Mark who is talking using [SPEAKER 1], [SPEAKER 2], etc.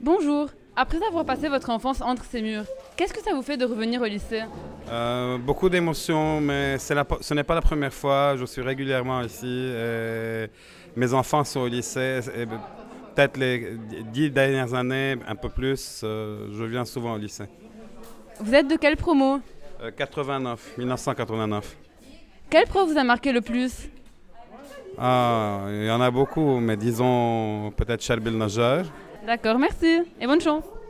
[SPEAKER 1] Bonjour. Après avoir passé votre enfance entre ces murs, qu'est-ce que ça vous fait de revenir au lycée
[SPEAKER 2] Euh, beaucoup d'émotions, mais c'est la po- ce n'est pas la première fois. Je suis régulièrement ici. euh, mes enfants sont au lycée. et ben, Peut-être les dix dernières années, un peu plus, euh, je viens souvent au lycée.
[SPEAKER 1] Vous êtes de quelle promo
[SPEAKER 2] Euh, 89, 1989.
[SPEAKER 1] Quel prof vous a marqué le plus
[SPEAKER 2] Ah, il y en a beaucoup, mais disons peut-être Sherbil Najar.
[SPEAKER 1] D'accord, merci et bonne chance.